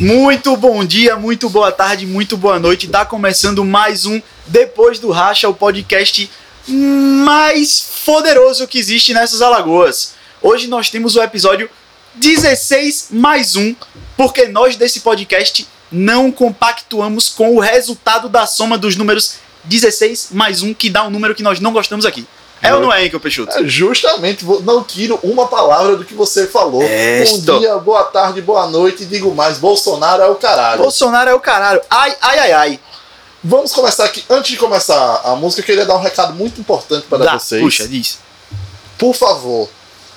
Muito bom dia, muito boa tarde, muito boa noite. Tá começando mais um Depois do Racha, o podcast mais poderoso que existe nessas Alagoas. Hoje nós temos o episódio 16 mais um, porque nós desse podcast não compactuamos com o resultado da soma dos números 16 mais um, que dá um número que nós não gostamos aqui. É ou não é, Henkel Peixoto? É, Justamente, vo- não tiro uma palavra do que você falou. É, estou- Bom dia, boa tarde, boa noite, e digo mais, Bolsonaro é o caralho. Bolsonaro é o caralho. Ai, ai, ai, ai. Vamos começar aqui. Antes de começar a música, eu queria dar um recado muito importante para Dá, vocês. Puxa, diz. Por favor,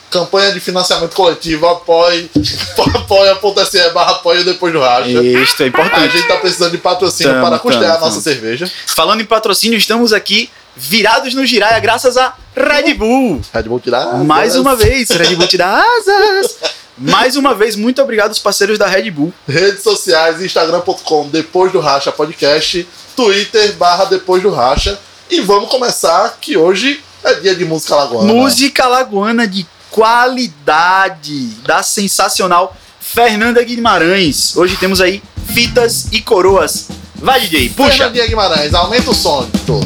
campanha de financiamento coletivo, apoie, apoia.se barra apoio depois do racha. Isto é A importante. gente tá precisando de patrocínio Tamo, para custear tamo, a nossa tamo. cerveja. Falando em patrocínio, estamos aqui virados no giraia graças a Red Bull. Red Bull tirar. Mais uma vez, Red Bull te dá asas. Mais uma vez, muito obrigado aos parceiros da Red Bull. Redes sociais, instagram.com, depois do Racha Podcast, Twitter, barra depois do Racha. E vamos começar, que hoje é dia de música lagoana. Música lagoana de qualidade da sensacional Fernanda Guimarães. Hoje temos aí fitas e coroas. Vai, DJ, puxa. Fernandinha Guimarães, aumenta o som, Tô.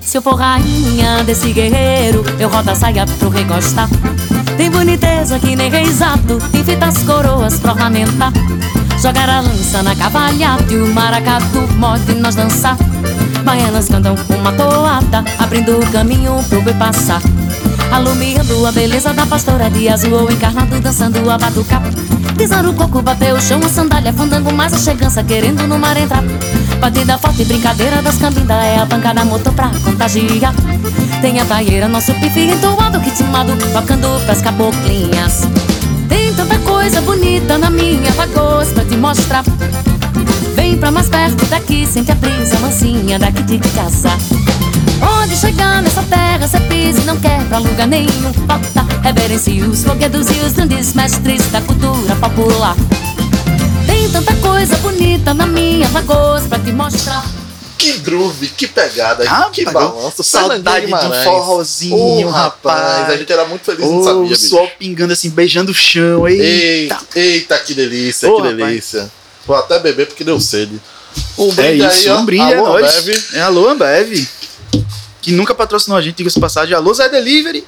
Se eu for rainha desse guerreiro, eu rodo a saia pro recostar. Tem boniteza que nem reisado, tem fitas coroas pra ornamentar. Jogar a lança na cavalhada e o maracatu morde nós dançar. Baianas cantam uma toada, abrindo o caminho pro boi passar. Alumiando a beleza da pastora de azul ou encarnado dançando a batucá. Pisando o coco, bateu o chão, a sandália, fandango, mais a chegança, querendo no mar entrar. Batida forte, brincadeira das cambinda, é a pancada motor pra contagiar. Tem a taieira, nosso pife entoado, ritmado, tocando pras caboclinhas. Tem tanta coisa bonita na minha lagoa pra te mostrar. Vem pra mais perto daqui, sente a brisa mansinha daqui de casa. Onde chegar nessa terra, cê pisa e não quer pra lugar nenhum falta. Reverencia os foguedos e os grandes mestres da cultura popular. Tem tanta coisa bonita na minha lagoa pra te mostrar. Que groove, que pegada, Ah, que pagou. balanço. Saudade Fernandinha de um Guimarães. forrozinho, Ô, rapaz. rapaz. A gente era muito feliz, não Oh, sabia, o bicho. suor pingando assim, beijando o chão. Eita. Eita, eita, que delícia, Ô, que rapaz. delícia. Vou até beber porque deu sede. Um É brinde aí, isso, ó. um brinde Alô, é nóis. Ambev. É alô, Ambev. Que nunca patrocinou a gente, diga-se de passagem. Alô, Zé Delivery.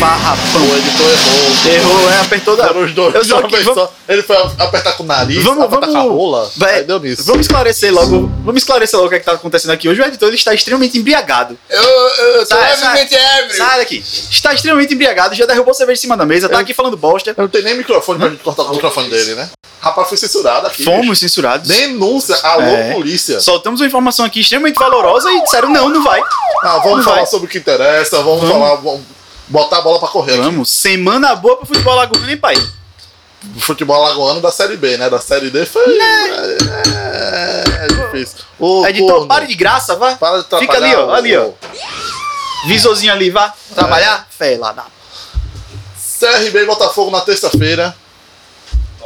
Farrapão. O editor errou. Errou, é, apertou da... Foram os dois. Eu de só uma que, vez vamos, só. Ele foi apertar com o nariz, Vamos- apertar vamos- com a rola. vai- aí deu nisso. vamos esclarecer logo. Vamos esclarecer logo o que, é que tá acontecendo aqui hoje. O editor ele está extremamente embriagado. Eu, eu sou Sai, levemente ébrio. Sai daqui. Está extremamente embriagado, já derrubou cerveja em cima da mesa, tá aqui falando bosta. Eu não tenho nem microfone pra gente cortar o microfone dele, né? Rapaz, foi censurado aqui. Fomos censurados. bicho. Denúncia. Alô, É. polícia. Soltamos uma informação aqui extremamente valorosa e disseram não, não vai. Ah, vamos Não falar vai. sobre o que interessa, vamos, Vamos. falar, vamos botar a bola pra correr aqui. Vamos, semana boa pro futebol lagoano, hein, pai? O futebol lagoano da Série B, né? Da Série D foi... É, é difícil. Ô, Né? Editor, corno, pare de graça, vá. para de Fica ali, ó, atrapalhar ali, ó. o- Visorzinho ali, vá. Trabalhar? Fé lá, dá. CRB e Botafogo na terça-feira.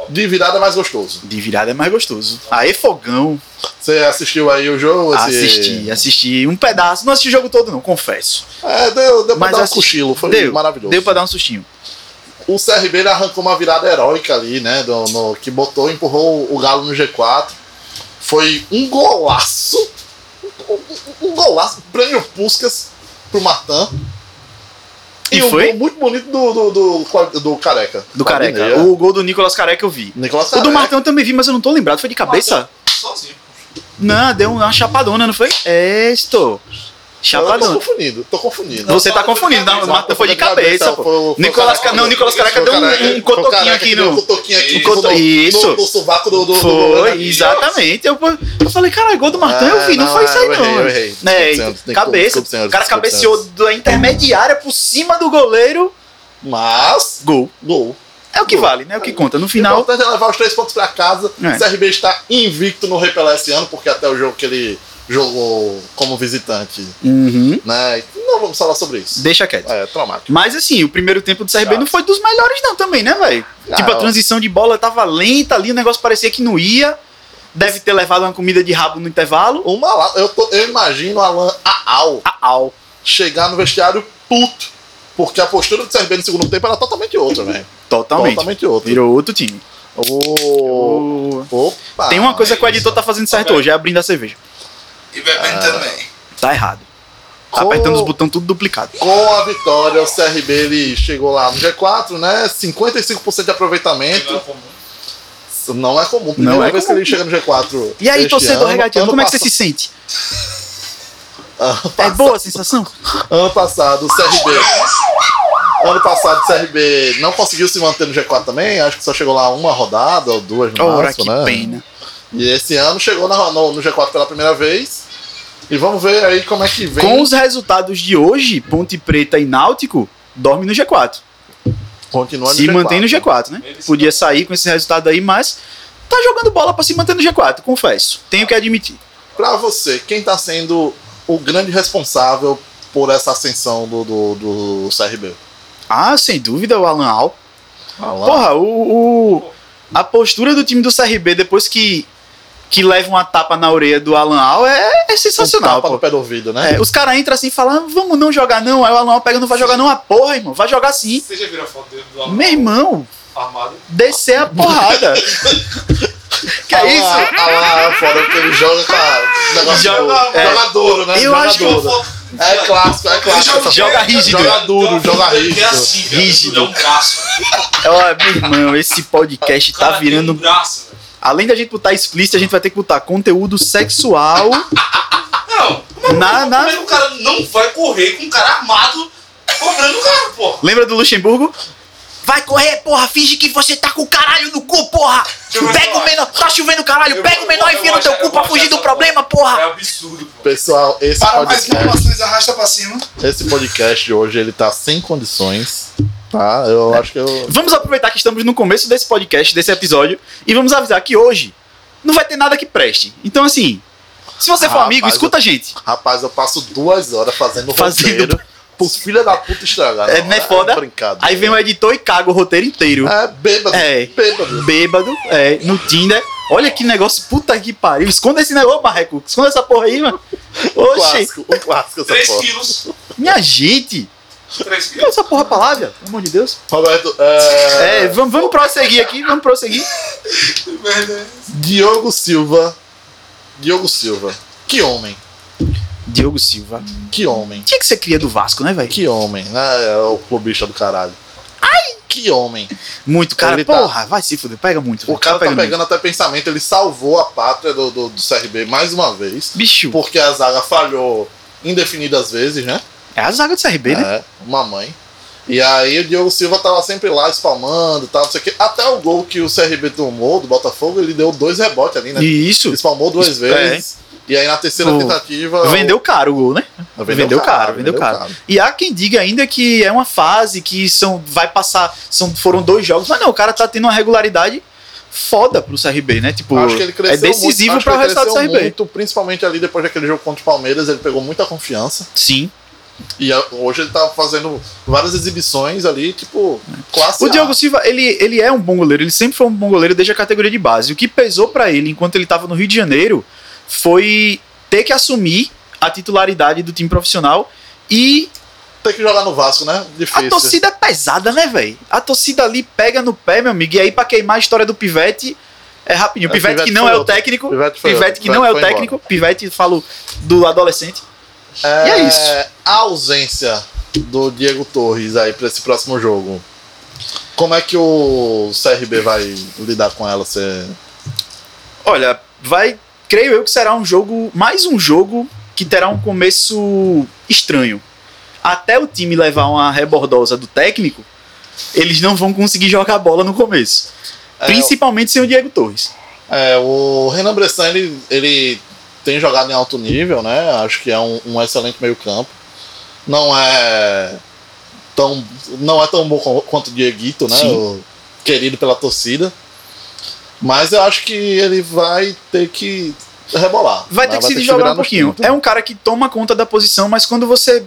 De virada mais gostoso. De virada é mais gostoso. Aê, fogão. Você assistiu aí o jogo? esse- Assisti, assisti um pedaço. Não assisti o jogo todo, não, confesso. É, deu, deu pra Mas dar um assisti. cochilo, foi deu, maravilhoso. Deu pra dar um sustinho. O CRB ele arrancou uma virada heróica ali, né? do- no- que botou, empurrou o Galo no G4. Foi um golaço. Um, um golaço. Prêmio Puskas pro Martin. E um foi? gol muito bonito do, do, do, Cla- do Careca. Do Claudinei, Careca. é. O gol do Nicolas Careca eu vi. Nicolas O Careca. do Martão eu também vi, mas eu não tô lembrado. Foi de cabeça? Sozinho. Não, deu uma chapadona, não foi? É, estou. Eu tô Chapadona. confundindo, tô confundindo. Você tá confundindo, não, o Martão foi de cabeça, Foi pô. o- foi o Nicolas, Ca- Careca. não, Nicolas Careca Foi o deu um- um Careca. Foi o cotoquinho Careca que aqui deu um no. cotoquinho aqui Um coto- no- no- isso. No, no sovaco do, né? do, do goleiro Foi, aqui. exatamente. Eu, eu falei, caralho, gol do Martão É, eu vi, não, não, foi isso aí eu não. errei, eu errei. Desculpa, É, senhora, desculpa, cabeça. desculpa, senhora, o cara desculpa, cabeceou da intermediária por cima do goleiro. Mas, Gol. gol. Então, É o que vale, né? É o que conta. No O final, importante é levar os três pontos pra casa. É. O CRB está invicto no Repelé esse ano, porque até o jogo que ele jogou como visitante, Uhum. né? Não vamos falar sobre isso. Deixa quieto. É, traumático. Mas assim, o primeiro tempo do CRB Chato. não foi dos melhores, não, também, né, velho? Ah, tipo, a ó. transição de bola tava lenta ali, o negócio parecia que não ia. Deve ter levado uma comida de rabo no intervalo. Uma lá, eu, tô- eu imagino Alan Aal Ah, au. chegar no vestiário puto. Porque a postura do CRB no segundo tempo era totalmente outra, velho. Totalmente. Totalmente outra. Virou outro time. Ô, O- Opa! Tem uma coisa que o editor tá fazendo certo Ô, hoje, é abrindo a cerveja. E bebendo também. Tá errado. Tá Ô. apertando os botões tudo duplicado. Com a vitória, o CRB ele chegou lá no G4, né? 55% de Não é aproveitamento. comum. Não é comum. Primeira Não é vez comum. que ele chega no G4. E aí, este torcedor ano. regateando, Ano como é que você passa- se sente? Ano É passa- boa a sensação? Ano passado, o CRB. Ano passado, o CRB não conseguiu se manter no G4 também. Acho que só chegou lá uma rodada ou duas no Ora, que máximo, né? pena. E esse ano chegou na- no, no G4 pela primeira vez. E vamos ver aí como é que vem. Com os resultados de hoje, Ponte Preta e Náutico dorme no G4. Continua no se G4. mantém no G4, né? Eles Podia sair com esse resultado aí, mas tá jogando bola pra se manter no G4, confesso. Tenho que admitir. Pra você, quem tá sendo o grande responsável por essa ascensão do, do, do CRB? Ah, sem dúvida, o Alan Al. Alan? Porra, o, o- a postura do time do CRB depois que, que leva uma tapa na orelha do Alan Al é, é sensacional. Um tapa no pô. pé do ouvido, né? É, os caras entram assim e falam, "Ah, vamos não jogar não. Aí o Alan Al pega, não vai jogar não, a porra, irmão. Vai jogar sim. Você já viu a foto dele do Meu irmão, armado? descer a porrada. que Alan- é isso? Alan, fora que ele joga com a negócio Joga- do- é. joga duro, né? Eu joga acho que duro. É clássico, é clássico. essa Joga porra. rígido. Joga duro, joga É rígido. assim, cara. Rígido. É um braço. Ó, meu irmão, esse podcast O tá cara tem virando Um braço, velho. Além da gente botar explícito, a gente vai ter que botar conteúdo sexual Não, na. como é que na... o cara não vai correr com um cara armado cobrando o cara, pô? Lembra do Luxemburgo? Vai correr, porra, finge que você tá com o caralho no cu, porra! eu ver Pega o falar. menor, tá chovendo caralho, Eu- pega o menor eu e vira no gosto- teu cu eu pra gosto fugir do dessa problema, porra! É absurdo, pô. Pessoal, esse Para mais podcast, informações, arrasta pra cima. esse podcast de hoje ele tá sem condições. Tá? É. Eu acho que eu. Vamos aproveitar que estamos no começo desse podcast, desse episódio, e vamos avisar que hoje não vai ter nada que preste. Então, assim, se você for Ah, amigo, rapaz, escuta a gente. Rapaz, eu passo duas horas fazendo, Fazendo- roteiro pros filha da puta estragar. É, não é foda? Brincado. Aí vem o editor e caga o roteiro inteiro. É, bêbado. É. Bêbado. bêbado, é, no Tinder. Olha que negócio, puta que pariu. Esconda esse negócio, Ô, Marreco. Esconda essa porra aí, mano. Um Oxi, clássico, um clássico essa 3 porra. quilos. minha gente. 3 Olha quilos. essa porra pra lá, velho. Pelo amor de Deus. Roberto, é, É, vamos, vamos prosseguir aqui, vamos prosseguir. Merda. Diogo Silva. Diogo Silva. Que homem. Diogo Silva. Que homem. Tinha que ser cria do Vasco, né, velho? Que homem. Né? É o clubista do caralho. Ai! Que homem. Muito, cara. Ele tá- Porra, vai se fuder. Pega muito. O velho. cara tá muito. pegando até pensamento. Ele salvou a pátria do, do, do CRB mais uma vez. Bicho, Porque a zaga falhou indefinidas vezes, né? é a zaga do CRB, né? É, uma mãe. E aí o Diogo Silva tava sempre lá espalmando e tal, não sei o quê. Até o gol que o CRB tomou do Botafogo, ele deu dois rebotes ali, né? E isso. Espalmou duas É. vezes. E aí na terceira O- tentativa. Vendeu caro o gol, né? o- vendeu caro, vendeu caro. E há quem diga ainda que é uma fase que são, vai passar, são, foram dois jogos, mas não, o cara tá tendo uma regularidade foda pro CRB, né? Tipo, Acho que ele cresceu é decisivo muito, pra acho o que ele resultado do cresceu CRB. muito, principalmente ali depois daquele jogo contra o Palmeiras, ele pegou muita confiança. Sim. E a- hoje ele tá fazendo várias exibições ali, tipo, classe O A. Diogo Silva, ele, ele é um bom goleiro, ele sempre foi um bom goleiro desde a categoria de base. O que pesou pra ele enquanto ele tava no Rio de Janeiro foi ter que assumir a titularidade do time profissional e Tem que jogar no Vasco, né? A Difícil. torcida é pesada, né, velho? A torcida ali pega no pé, meu amigo. E aí, pra queimar a história do Pivete, é rapidinho. O É, Pivete, Pivete que não foi é o outro. técnico. Pivete foi Pivete outro. que não é o Pivete foi técnico. Pivete, falo do adolescente. É, E é isso. A ausência do Diego Torres aí pra esse próximo jogo. Como é que o CRB vai lidar com ela? Você... Olha, vai. Creio eu que será um jogo. Mais um jogo que terá um começo estranho. Até o time levar uma rebordosa do técnico, eles não vão conseguir jogar bola no começo. É, Principalmente sem o Diego Torres. É, o Renan Bressan, ele, ele tem jogado em alto nível, né? Acho que é um, um excelente meio campo. Não é tão, não é tão bom co- quanto o Dieguito, né? Sim. O querido pela torcida. Mas eu acho que ele vai ter que rebolar. Vai ter né? que se virar desdobrar um nos pouquinho. 30. É um cara que toma conta da posição, mas quando você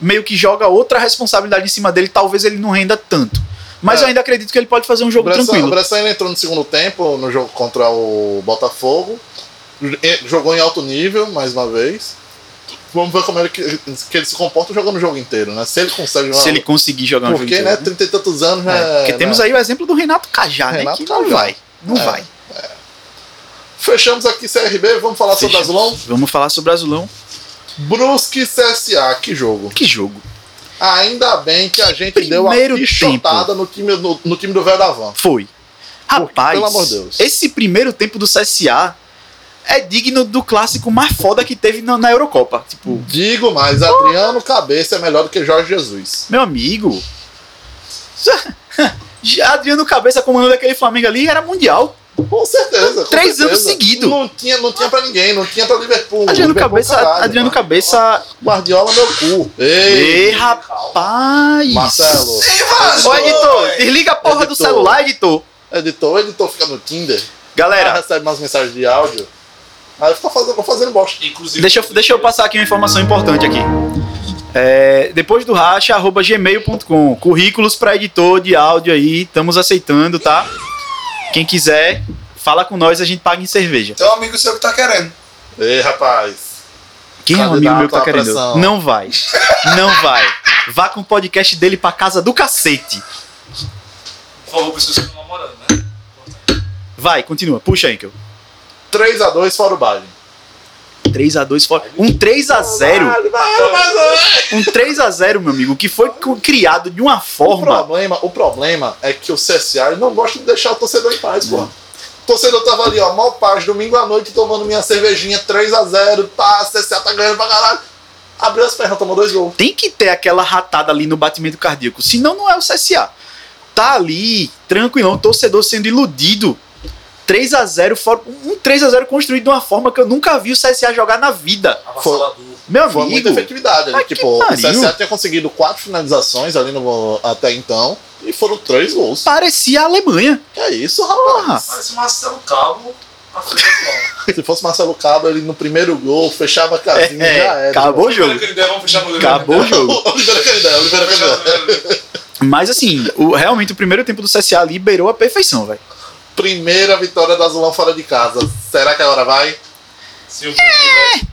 meio que joga outra responsabilidade em cima dele, talvez ele não renda tanto. Mas É. eu ainda acredito que ele pode fazer um O jogo Bressan, o tranquilo. Bressan, ele entrou no segundo tempo no jogo contra o Botafogo. E- Jogou em alto nível, mais uma vez. Vamos ver como ele, que que ele se comporta jogando o jogo inteiro, né? Se ele consegue jogar. Se ele conseguir jogar um jogo porque, inteiro, né? né? Trinta e tantos anos, É, né? porque temos né? aí o exemplo do Renato Cajá, né? Renato Que não Cajá. vai. Não É. vai. Fechamos aqui CRB, vamos falar sobre o Fechamos. Azulão. Vamos falar sobre o Azulão. Brusque e CSA, que jogo. Que jogo. Ainda bem que a gente deu Primeiro uma pichotada no time, no, no time do Velho da Van. Foi. Rapaz, pelo amor de Deus. esse primeiro tempo do CSA é digno do clássico mais foda que teve na, na Eurocopa. Tipo, Digo mais, Adriano Cabeça é melhor do que Jorge Jesus. meu amigo. Adriano Cabeça comandando aquele Flamengo ali era mundial. Com certeza. com Três certeza. anos seguido. Não tinha, não tinha pra ninguém, não tinha pra Liverpool. Adriano Liverpool, Cabeça, caralho, Adriano mano. Cabeça. Guardiola, meu cu. Ei, Ei, rapaz! Marcelo. Ah, Ô, editor, desliga a porra do Editor. celular, editor. Editor, editor fica no Tinder. Aí Galera, recebe umas mensagens de áudio. Aí fica fazendo, fazendo bosta. Inclusive. deixa eu, deixa eu passar aqui uma informação importante aqui. É, depois do racha, arroba gmail.com. Currículos pra editor de áudio aí, estamos aceitando, tá? Quem quiser, fala com nós, a gente paga em cerveja. Tem um amigo seu que tá querendo. Ei, rapaz. Quem é um amigo Candidato meu que tá à querendo? pressão. Não vai. Não vai. Vá com o podcast dele pra casa do cacete. Falou com seus namorando, né? Vai, continua. Puxa, Enkel. 3x2 fora o baile. 3x2 fora. Um 3x0. Um 3x0, meu amigo, que foi cu- criado de uma O forma. problema, o problema é que o CSA não gosta de deixar o torcedor em paz, pô. O torcedor tava ali, ó, mal paz, domingo à noite, tomando minha cervejinha 3x0, tá, CSA tá ganhando pra caralho. Abriu as pernas, tomou dois gols. Tem que ter aquela ratada ali no batimento cardíaco. Senão não é o CSA. Tá ali, tranquilão, o torcedor sendo iludido. 3x0 fora. Um 3x0 construído de uma forma que eu nunca vi o CSA jogar na vida. Avassalador. Meu Foi muita amigo. efetividade ali. Mas que Tipo, o pariu. CSA tinha conseguido quatro finalizações ali no, até então. E foram três gols. Parecia a Alemanha. Que é isso, rapaz? Parece o Marcelo Cabo. na frente do gol. Se fosse Marcelo Cabo, ele no primeiro gol fechava a casinha É, já era. acabou o jogo. Primeiro que ele der, vamos fechar no Acabou o jogo. Oliveira Canidé, Oliveira Canidé. Mas assim, o- realmente o primeiro tempo do CSA liberou a perfeição, velho. Primeira vitória da Azulão fora de casa. Será que agora vai? Sim, o Bruno, né?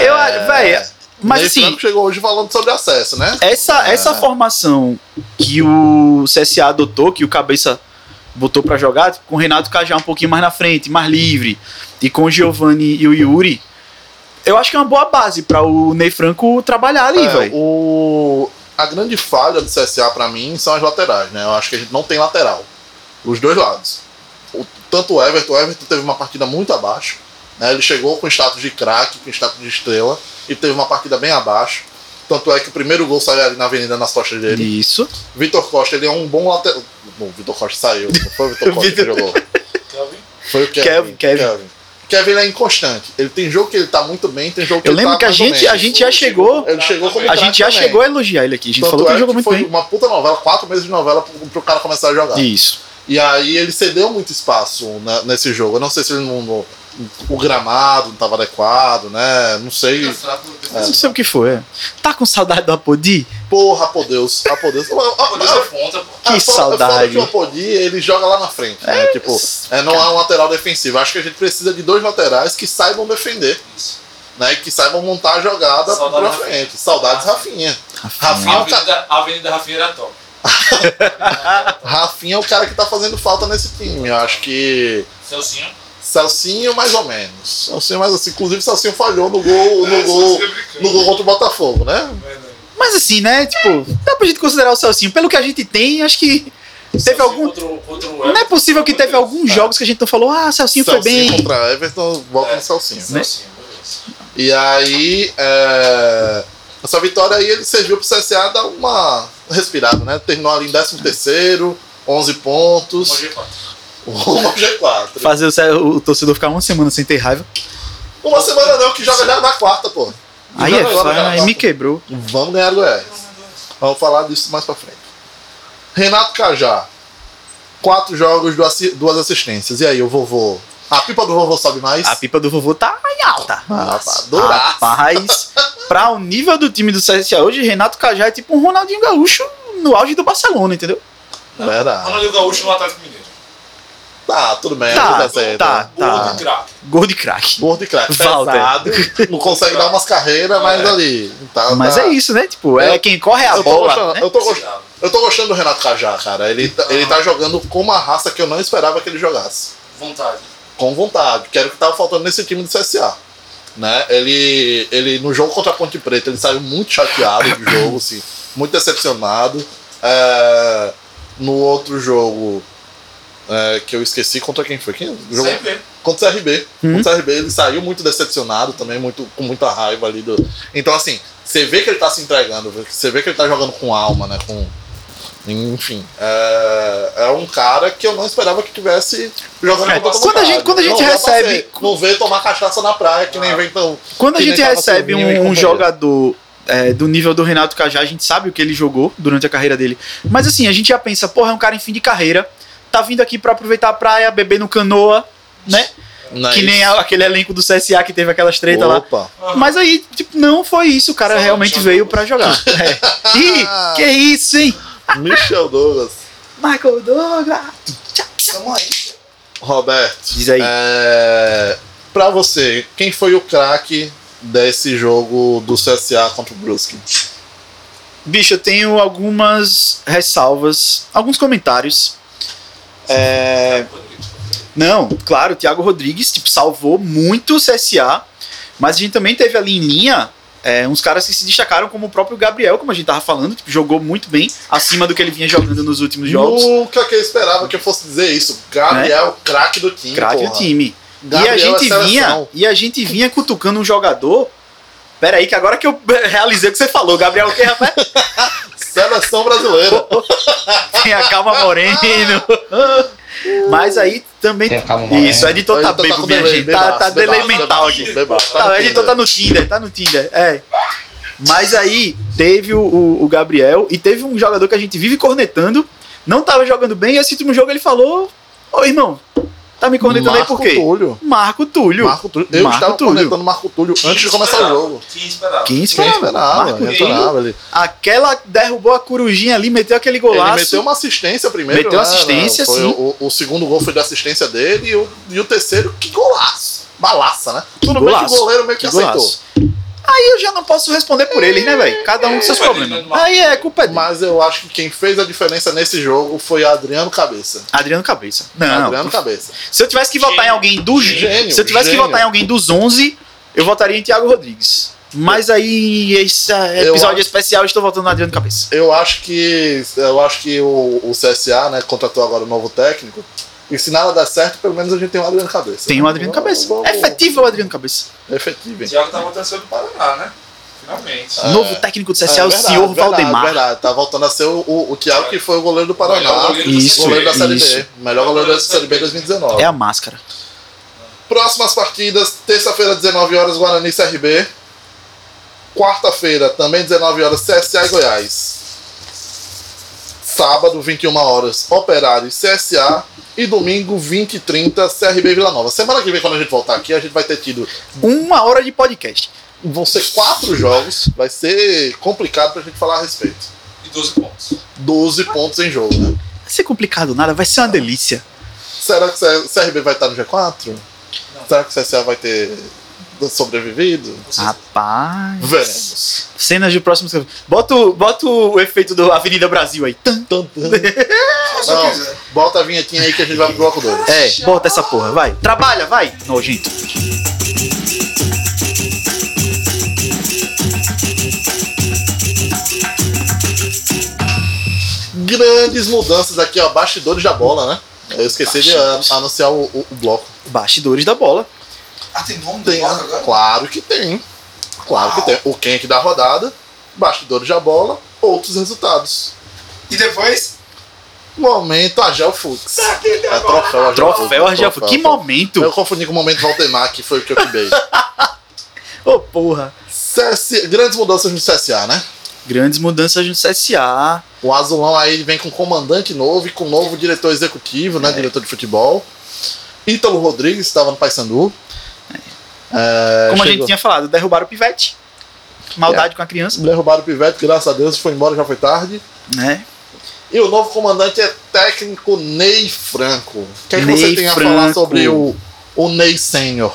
É. Eu acho, velho. Mas Ney assim, Franco chegou hoje falando sobre acesso, né? essa, essa formação que o CSA adotou, que o Cabeça botou pra jogar, tipo, com o Renato Cajá um pouquinho mais na frente, mais livre, e com o Giovanni e o Yuri, eu acho que é uma boa base pra o Ney Franco trabalhar ali, É, velho. o... A grande falha do CSA pra mim são as laterais, né? Eu acho que a gente não tem lateral. Os dois lados. O- Tanto o Everton, o Everton teve uma partida muito abaixo. né? Ele chegou com status de craque, com status de estrela, e teve uma partida bem abaixo. Tanto é que o primeiro gol saiu ali na avenida nas costas dele. Isso. Vitor Costa, ele é um bom lateral. Bom, o Vitor Costa saiu, não foi o Vitor Costa que Vitor- jogou. Kelvin. Foi o Kevin, Kevin. Kevin. Kevin. Kevin, ele é inconstante. Ele tem jogo que ele tá muito bem, tem jogo que Eu ele lembro tá que a mais ou gente, a menos. gente já chegou. Ele chegou como tá. A gente já craque chegou também. a elogiar ele aqui. A gente Tanto falou que é ele jogou que muito foi bem. uma puta novela, quatro meses de novela pro, pro cara começar a jogar. Isso. E aí ele cedeu muito espaço na- nesse jogo. Eu não sei se ele não. não- o gramado não tava adequado, né? Não sei. Fica fraco no defesa. Não sei o que foi. é. Tá com saudade do Apodi? Porra, por Deus. Ah, por Deus. Ah, ah, Pô, Deus ah, é ponta, pô. Que Ah, fora- saudade. fora que o Apodi, ele joga lá na frente, né? Tipo, é, não é um lateral defensivo. Acho que a gente precisa de dois laterais que saibam defender, Isso. né? Que saibam montar a jogada Saudades pra frente. Saudades Rafinha. A Rafinha, é o ca- Avenida, a Avenida Rafinha era top. Rafinha é o cara que tá fazendo falta nesse time. Eu acho que Celcinho. Celcinho mais ou menos. Celcinho mais assim. Inclusive, Celcinho falhou no gol, no É, gol, Celcinho é brincando. no gol contra o Botafogo, né? né, né? Mas assim, né? Tipo, dá pra gente considerar o Celcinho. Pelo que a gente tem, acho que teve Celcinho algum. Contra, o- contra o Não é possível que teve alguns Tá. jogos que a gente não falou, ah, Celcinho foi bem. contra Everton, É. volta no Celcinho. né? Celcinho, E aí, é, essa vitória aí ele serviu pro CSA dar uma respirada, né? Terminou ali em 13º, 11 pontos, rumo ao G4. Fazer o, Cel- o torcedor ficar uma semana sem ter raiva. Uma semana não, que joga já na quarta, pô. Que Aí é joga agora foda, já na aí me quarta. quebrou. Vamos ganhar do Goiás. Vamos falar disso mais pra frente. Renato Cajá, quatro jogos, duas assi- duas assistências. E aí, o vovô A pipa do vovô sobe mais. A pipa do vovô tá em alta. Nossa, duraça. Rapaz, pra o nível do time do CSA hoje, Renato Cajá é tipo um Ronaldinho Gaúcho no auge do Barcelona, entendeu? Verdade. Ronaldinho Ah. Gaúcho no Atlético Mineiro. Tá, tudo bem. Tá, tudo certo. tá. O outro craque. Gol de craque. Gordo e craque. Walter. Pesado. Não consegue dar umas carreiras, mas É. ali. tá- Mas tá- é isso, né? Tipo, é Eu- quem corre a eu tô bola. gostando- né? eu tô gostando. Eu tô gostando do Renato Cajá, cara. Ele, tá- ele tá jogando com uma raça que eu não esperava que ele jogasse. Vontade. Com vontade, que era o que tava faltando nesse time do CSA. Né? Ele, ele, no jogo contra a Ponte Preta, ele saiu muito chateado do jogo, assim, muito decepcionado. É, no outro jogo, é, que eu esqueci contra quem foi. Quem? o jogo- Sempre. contra o CRB. Hum. Contra o CRB ele saiu muito decepcionado também, muito, com muita raiva ali. Do... Então, assim, você vê que ele tá se entregando, você vê que ele tá jogando com alma, né? Com... Enfim, é... é um cara que eu não esperava que tivesse jogando É, com tanta quando a vontade. gente- quando a gente Não dá pra recebe- Ah. ser- Não vê tomar cachaça na praia, que nem vem tão. Quando a que nem gente tava recebe Silvinho e um, um companhia. jogador é, do nível do Renato Cajá, a gente sabe o que ele jogou durante a carreira dele. Mas assim, a gente já pensa, porra, é um cara em fim de carreira, tá vindo aqui pra aproveitar a praia, beber no canoa, né? Né? que nem a- aquele elenco do CSA que teve aquelas treta lá. Opa. Mas aí, tipo, não foi isso, o cara Só realmente jogou. veio pra jogar. É. Ih, que isso, hein? Michel Douglas. Michael Douglas. Tamo aí. Roberto. Diz aí. É... Pra você, quem foi o craque desse jogo do CSA contra o Brusque? Bicho, eu tenho algumas ressalvas, alguns comentários. É, Não, claro, o Thiago Rodrigues tipo, salvou muito o CSA, mas a gente também teve ali em linha é, uns caras que se destacaram, como o próprio Gabriel, como a gente tava falando, tipo, jogou muito bem, acima do que ele vinha jogando nos últimos jogos. Né? Nunca que eu esperava que eu fosse dizer isso. Gabriel, craque do time. Craque do porra. time. Gabriel e a gente é seleção. vinha, e a gente vinha cutucando um jogador. Pera aí, que agora que eu realizei o que você falou, Gabriel, o que, rapaz? Seleção brasileira. Tenha calma, Moreno. Mas aí também. Tenha calma, Moreno. Isso, o editor tá Então bebo, com minha delay, gente. Tá, bebaço, tá delay bebaço, mental bebaço, aqui. bebaço, Tá, no o editor Tinder. tá no Tinder, tá no Tinder, é. Mas aí teve o, o- o Gabriel e teve um jogador que a gente vive cornetando, não tava jogando bem, e esse último jogo ele falou: Ô irmão, tá me cornetando aí por Marco quê? Túlio. Marco Túlio. Marco Túlio. Eu Marco estava Túlio. comentando Marco Túlio antes de começar o jogo. Quem esperava? Quem Quem esperava? esperava? Marco Quem Túlio. esperava ele. Aquela derrubou a corujinha ali, meteu aquele Ele golaço. meteu uma assistência primeiro. Meteu né? assistência, Foi sim. O, o segundo gol foi da assistência dele e o, e o terceiro, que golaço. Balaça, né? Tudo bem que golaço, o goleiro meio que, Que aceitou. golaço. Aí eu já não posso responder por eles, né, velho? Cada um com seus É, problemas. Adriano Marcos. Aí é culpa dele. Mas eu acho que quem fez a diferença nesse jogo foi Adriano Cabeça. Adriano Cabeça. Ah, Não, Adriano Cabeça. Se eu tivesse que votar em Gênio. alguém dos. Gênio, se eu tivesse gênio. que votar em alguém dos 11, eu votaria em Thiago Rodrigues. Mas aí, esse é, Eu episódio acho- especial, eu estou votando no Adriano Cabeça. Eu acho que. Eu acho que o, o CSA, né, contratou agora um novo técnico. E se nada der certo, pelo menos a gente tem o Adriano Cabeça. Tem o Adriano Cabeça. Vamos- É efetivo é o Adriano Cabeça. Efetivo, O hein? Thiago tá voltando a ser do Paraná, né? Finalmente. Novo técnico do É, CSA é o verdade, senhor verdade, Valdemar. Verdade, tá voltando a ser o, o, o Thiago, que foi o goleiro do Paraná. Melhor goleiro da Isso, goleiro da isso. Série B. Melhor goleiro da Série B 2019. É a máscara. Próximas partidas, terça-feira, 19 horas, Guarani e CRB. Quarta-feira, também 19 horas, CSA e Goiás. Sábado, 21 horas, Operário e CSA. E domingo, 20 e 30, CRB e Vila Nova. Semana que vem, quando a gente voltar aqui, a gente vai ter tido. Uma hora de podcast. Vão ser quatro jogos. Vai ser complicado pra gente falar a respeito. E 12 pontos. 12 pontos em jogo, né? Vai ser complicado nada, vai ser uma delícia. Será que o CRB vai estar no G4? Será que o CSA vai ter sobrevivido? Rapaz. Veremos. Cenas de próximos. Bota, o- bota o efeito do Avenida Brasil aí. Tan. Se você Não, quiser. bota a vinhetinha aí que a gente vai pro bloco 2. É, bota essa porra, vai. Trabalha, vai, nojento. Grandes mudanças aqui, ó. Bastidores da bola, né? Eu esqueci de ah, anunciar o, o- o bloco. Bastidores da bola. Ah, tem nome do Tem, bloco agora? claro que tem. Claro que tem. O quem é que dá a rodada, bastidores da bola, outros resultados. E depois? tá Momento Agel Fux. Aquele É troféu Agel Troféu Fux, Argel. Que momento! Eu confundi com o momento Valtemar, que foi o que eu quebrei. Ô, porra. CS Grandes mudanças no CSA, né? Grandes mudanças no CSA. O um É. Azulão aí vem com comandante novo e com novo diretor executivo, né? Diretor de futebol. Ítalo Rodrigues estava no Paysandu. É, Como a chegou- É. gente tinha falado, derrubaram o pivete. Maldade com a criança, Derrubaram o Pivete, graças a Deus, foi embora, já foi tarde. né? E o novo comandante é técnico Ney Franco. O que, é que você Ney tem a Franco. falar sobre o, o Ney Sênior?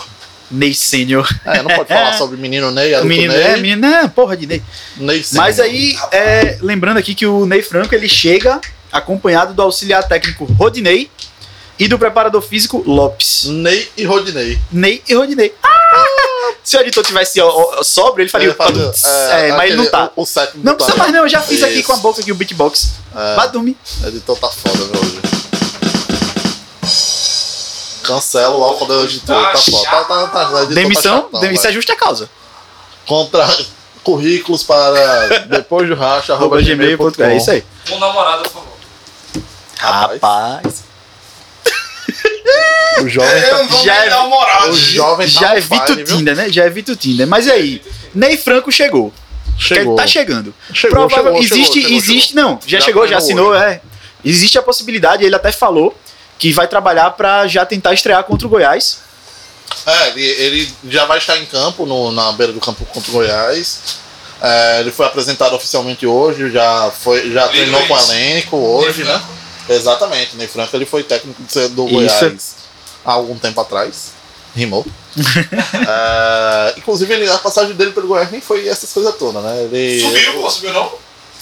Ney Sênior. É, não pode falar sobre o menino Ney, O adulto menino Ney. é, menino é, porra de Ney. Ney Sênior. Mas aí, é, lembrando aqui que o Ney Franco ele chega acompanhado do auxiliar técnico Rodinei e do preparador físico Lopes. Ney e Rodinei. Ney e Rodinei. Ah! Se o editor tivesse ó, ó, sóbrio, ele faria. Ele faz, é, mas ele não aquele- tá. O, o sétimo Não tá, precisa né? mais, não. Eu já fiz aqui Isso. É. com a boca aqui o beatbox. Badume. O editor tá foda, meu hoje. Cancela o álcool do editor, Tá tá foda. Tá, tá, tá, o editor tá Demissão, chatão, demissão é justa causa. velho. Contra currículos para depois do racha, arroba Arroba gmail.com. gmail.com. É isso aí. Um namorado, por favor. Rapaz. Rapaz. O jovem tá, Eu vou Já me é- dar uma moral. o jovem tá Já no evita fire, o viu? Tinder, né? Já evita o Tinder. Mas e aí, Ney Franco chegou. Chegou. Tá chegando. Chegou, Provável- chegou, chegou, existe, chegou, existe, não. Já, Já tá chegou, já treinou assinou, é. Existe a possibilidade, ele até falou que vai trabalhar pra já tentar estrear contra o Goiás. É, ele, ele já vai estar em campo, no- na beira do campo contra o Goiás. É, ele foi apresentado oficialmente hoje, já, foi, já Ney treinou com o Luiz. elenco hoje, Ney né? Exatamente, Ney Franco ele foi técnico do- do Isso. Goiás há algum tempo atrás. Rimou. É, inclusive, ele- a passagem dele pelo Goiás nem foi essas coisas todas, né? Ele, Subiu, pô, subiu não?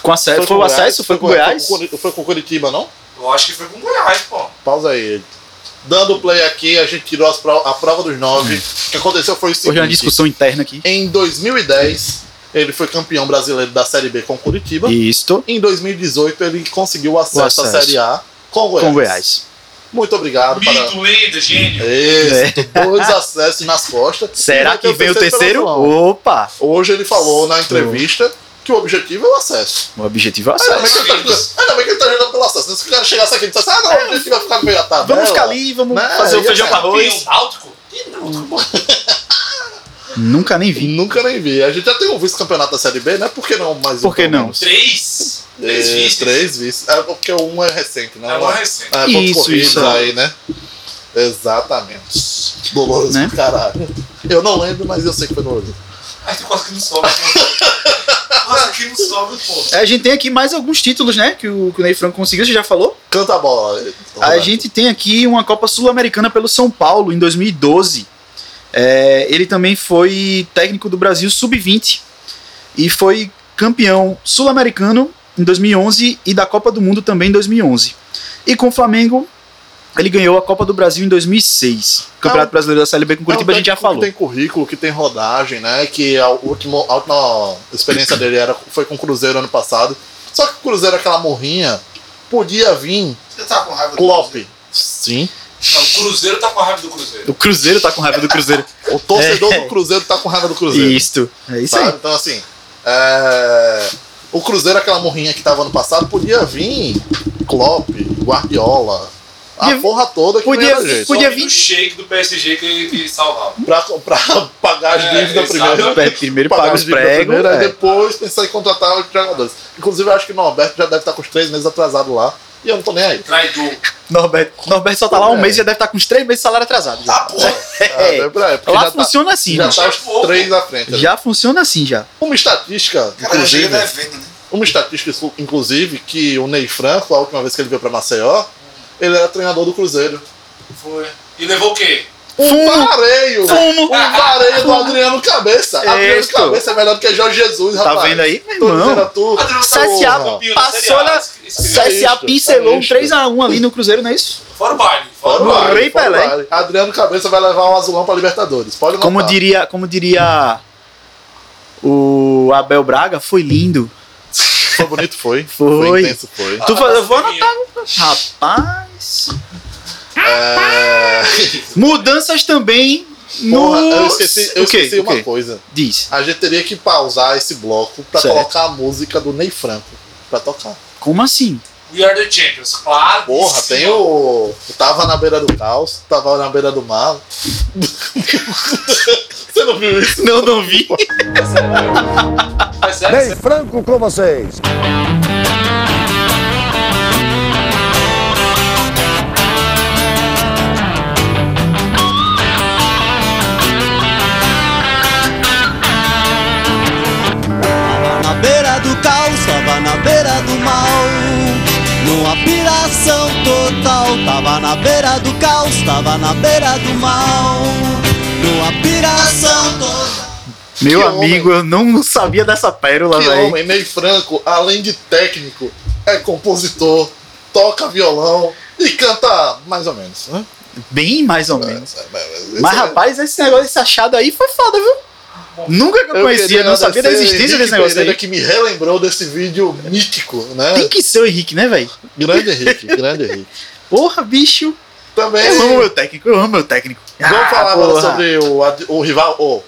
Com acesso, foi, com o Goiás, acesso, foi com o com- Goiás. Foi, com- foi com o Curitiba, não? Eu acho que foi com Goiás, pô. Pausa aí. Dando play aqui, a gente tirou as pro- a prova dos nove. O que aconteceu foi o seguinte. Hum. Hoje é uma discussão interna aqui. Em 2010, ele foi campeão brasileiro da Série B com Curitiba. Isto Em 2018, ele conseguiu o acesso, acesso. à Série A com o Goiás. com o Goiás. Muito obrigado. Ah, Para... Mito, lenda, gênio. Isso, dois acessos nas costas. É. é Será Vai ter que vem o terceiro? pela mão. Opa! Hoje ele falou na entrevista que o objetivo é o acesso. O objetivo é o Ainda acesso. bem que ele tá jogando, ainda bem que ele tá jogando pelo acesso. né? Se o cara chegasse aqui e dissesse, ah, não, o objetivo é ficar no meio da tabela. Ah, Vamos ficar ali, vamos Né? fazer o E feijão assim, com Tem um arroz. náutico? Que náutico, pô? Nunca nem vi. Nunca nem vi. A gente já tem um vice-campeonato da Série B, né? Por que não mais um? Por que pelo não? menos? Três. Três É, vices. Três vices. É porque um é recente, né? É uma recente. É, Isso, isso, isso. aí, né? Exatamente. Doloroso Né? do caralho. Eu não lembro, mas eu sei que foi doloroso. Ai, tem quase que não sobe, pô. Quase que não sobe, pô. A gente tem aqui mais alguns títulos, né? Que o, que o Ney Franco conseguiu, você já falou? Canta a bola. então, A Roberto. gente tem aqui uma Copa Sul-Americana pelo São Paulo em 2012. É, ele também foi técnico do Brasil Sub-20 e foi campeão sul-americano em 2011 e da Copa do Mundo também em 2011. E com o Flamengo, ele ganhou a Copa do Brasil em 2006. Campeonato É um- Brasileiro da Série B com É um Curitiba a gente já técnico falou. Que tem currículo, que tem rodagem, né? Que a última, a última experiência dele era, foi com o Cruzeiro ano passado. Só que o Cruzeiro, aquela morrinha, podia vir Você tá com raiva do Klopp. Cruzeiro? Sim. Não, o Cruzeiro tá com raiva do Cruzeiro. O Cruzeiro tá com raiva do Cruzeiro. O torcedor É. do Cruzeiro tá com raiva do Cruzeiro. Isto. É isso Sabe? aí. Então, assim, é, o Cruzeiro, aquela morrinha que tava ano passado, podia vir Klopp, Guardiola, a Podia- porra toda que podia- não era jeito. podia Só vir- O shake do PSG que, que salvava. Pra, pra pagar as É, dívidas primeiro. exatamente. Pé- Primeiro paga os dívidas pregos. primeiro, aí é. depois pensar em contratar os jogadores. Inclusive, eu acho que o Norberto já deve estar com os três meses atrasado lá. E eu não tô nem aí. Traidor. Norberto, Norberto só tá lá um É. mês e já deve estar com uns três meses de salário atrasado. já. Ah, porra. É. deve- é, porque Lá já funciona tá, assim, já né? é tá um os três na frente. né? Já funciona assim já. Uma estatística, Cara, já inclusive, chega devendo, né? Uma estatística, exclu- inclusive, que o Ney Franco, a última vez que ele veio pra Maceió, ele era treinador do Cruzeiro. Foi. E levou o quê? Um Fumo. vareio! Fumo. Um vareio do Adriano Cabeça! Adriano Isso. Cabeça é melhor do que Jorge Jesus, Tá rapaz. vendo aí? Meu Tô dizendo a irmão. tu. Adriano CSA Porra. Campeão da Série passou A. na. Escreveu CSA isto, pincelou é um isto. 3x1 ali no Cruzeiro, não é isso? Fora o baile. Fora Fora o o baile. baile, Rei fora o Pelé. baile. Adriano Cabeça vai levar um azulão pra Libertadores. Pode Como notar. diria, como diria o Abel Braga, foi lindo. Foi bonito, foi. Foi. intenso, foi. Tu fala, eu vou Nossa, anotar. Rapaz. Mudanças também no. É, Porra, eu esqueci, eu O quê? esqueci O quê? uma coisa. Diz. A gente teria que pausar esse bloco pra Certo. colocar a música do Ney Franco pra tocar. Como assim? We are the champions. Claro. Porra, tem o. Tava na beira do caos, tava na beira do mar. Você não viu isso? Não, não vi. Mas é, Ney Franco com vocês. Tava na beira do caos, tava na beira do mal. Numa piração toda. Meu Que amigo, eu não sabia dessa pérola, Que velho. homem, Ney Franco, além de técnico, é compositor, toca violão e canta mais ou menos. né? Bem mais É, ou menos. Mas, Mas, rapaz, esse negócio, esse achado aí foi foda, viu? Nunca que eu, conhecia, não sabia da existência desse negócio aí. que me relembrou desse vídeo mítico, né? Tem que ser o Henrique, né, velho? Grande Henrique, grande Henrique. Porra, bicho. Também. Eu amo meu técnico, eu amo meu técnico. É. Vamos Ah, falar agora porra. sobre o, ad- o rival, o,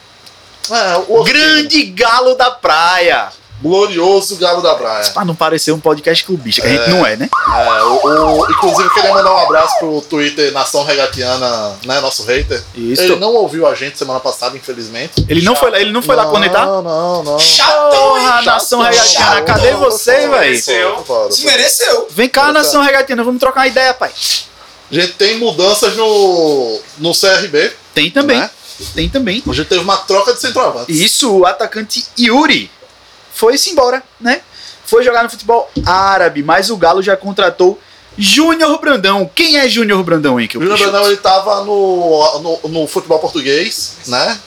é, o O outro grande galo da praia. time, glorioso Galo da Praia. Pra não parecer um podcast clubista, que a gente não é, né? É, o, o- inclusive, queria mandar um abraço pro Twitter Nação Regatiana, né, nosso hater. Isso. Ele não ouviu a gente semana passada, infelizmente. Ele não foi lá, ele não foi lá conectar? Não, não, não. Chatão, hein? Porra, nação Chato, regatiana, chato. cadê você, velho? Desmereceu. Fora, Desmereceu. Vem cá, nação regatiana, vamos trocar uma ideia, pai. A gente tem mudanças no, no CRB. Tem também, Né? tem também. A gente teve uma troca de centroavante. Isso, o atacante Yuri foi-se embora, né? Foi jogar no futebol árabe, mas o Galo já contratou Júnior Brandão. Quem é Júnior Brandão, hein? Que eu Júnior puxo? Brandão é ele tava no, no, no futebol português, né?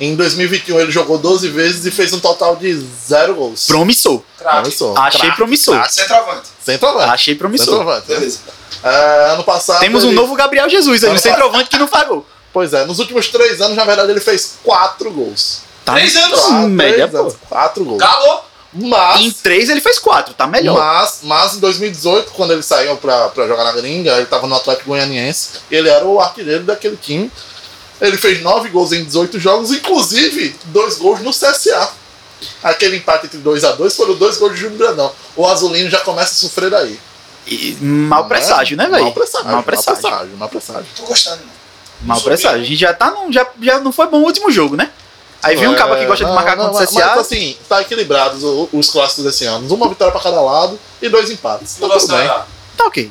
Em 2021 ele jogou 12 vezes e fez um total de zero gols. Promissor. Craque. Ah, Começou. Achei promissor. craque. Centroavante. Centroavante. Achei promissor. Centroavante. né? Beleza. É, ano passado. Temos um ele- novo Gabriel Jesus aí, um Ano centroavante que não pagou. Pois é, nos últimos três anos, na verdade, ele fez quatro gols. Tá Três no- anos. Hum, Média, três anos, pô. quatro gols. Calou. Em Mas, três ele fez quatro, tá melhor. mas, mas em 2018, quando ele saiu pra, pra jogar na gringa, ele tava no Atlético Goianiense, ele era o artilheiro daquele time. Ele fez nove gols em 18 jogos, inclusive dois gols no CSA. Aquele empate entre 2 a 2 foram dois gols de Júnior Grandão. O Azulino já começa a sofrer daí. E mal Né? presságio, né, velho? Mal presságio. Mal presságio. Mal presságio. Tô gostando. né? Mal presságio. A gente já tá num, já, já não foi bom o último jogo, né? Aí vem um cabo que É, gosta de não, marcar não, contra o mas- CSA. Mas assim, tá equilibrados o- os, clássicos desse ano. Uma vitória pra cada lado e dois empates. Eu Tá gosto tudo bem. da- Tá ok.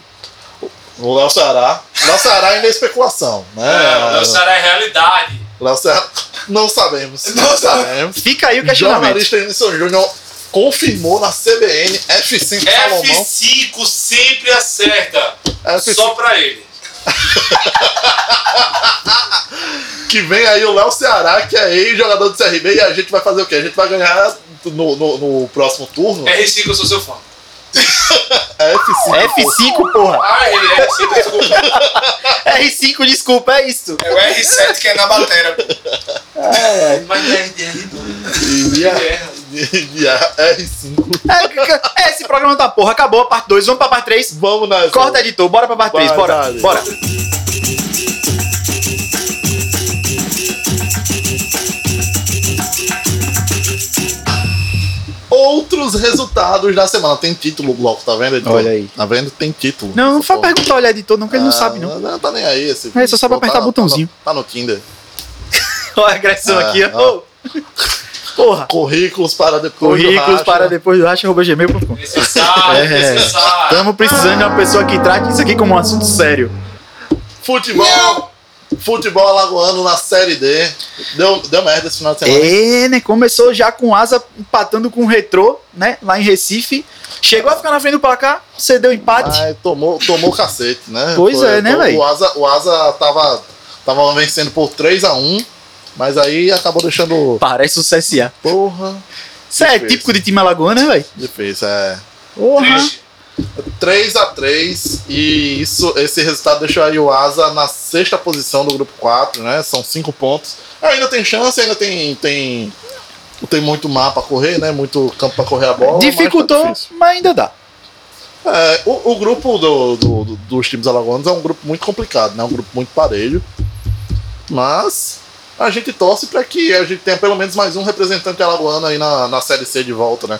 O Léo Ceará. Léo Ceará ainda é especulação, né? É, o Léo Ceará é realidade. Léo Ceará. Não sabemos. Não sabemos. Fica aí o questionamento. Jornalista Emerson Júnior confirmou na CBN F5 Salomão. F5 sempre acerta. F5. Só pra ele. Que vem aí o Léo Ceará, que é ex-jogador do CRB, e a gente vai fazer o quê? A gente vai ganhar no, no- no próximo turno. R5 eu sou seu fã. F5. F5, porra. Ah, ele é R5, desculpa. R5, desculpa, é isso. É o R7 que é na bateria. Mas não é R2. E a, e a R5. É, é, Esse programa tá porra. Acabou a parte 2, vamos pra parte 3. Vamos nessa. Corta, editor, bora pra parte 3, Vai, bora. dale. Bora. outros resultados da semana. Tem título o bloco, tá vendo? editor? Olha aí. Tá vendo? Tem título. Não, não Essa faz porra. perguntar olhar editor, não, que ele não Ah, sabe, não. Não tá nem aí esse. É, só sabe Pô, apertar tá no- botãozinho. Tá no, tá no Tinder. Olha a agressão Ah, aqui, ah. ó. Porra. Currículos para depois. do Currículos racha. para depois do racha, arroba gmail.com. Necessário, É. necessário. Estamos precisando de uma pessoa que trate isso aqui como um assunto sério. Futebol. Futebol alagoano na Série D. Deu, deu merda esse final de semana. É, né? Começou já com asa empatando com o retrô, né? Lá em Recife. Chegou a ficar na frente do placar, cedeu empate. Ai, tomou, tomou cacete, né? Pois é, né, to- véi? O Asa, o Asa tava, tava vencendo por 3x1, mas aí acabou deixando. Parece o CSA. Porra, Isso é Difícil. típico de time alagoano, né, velho? difícil, é. Porra. Triste. 3 a 3 e isso, esse resultado deixou aí o Asa na sexta posição do grupo 4, né? São cinco pontos. Ainda tem chance, ainda tem tem tem muito mar pra correr, né? Muito campo pra correr a bola. mas tá Dificultou, mas, difícil. ainda dá. É, o, o grupo do, do- do- dos times alagoanos é um grupo muito complicado, né? Um grupo muito parelho. Mas a gente torce pra que a gente tenha pelo menos mais um representante alagoano aí na, na Série C de volta, né?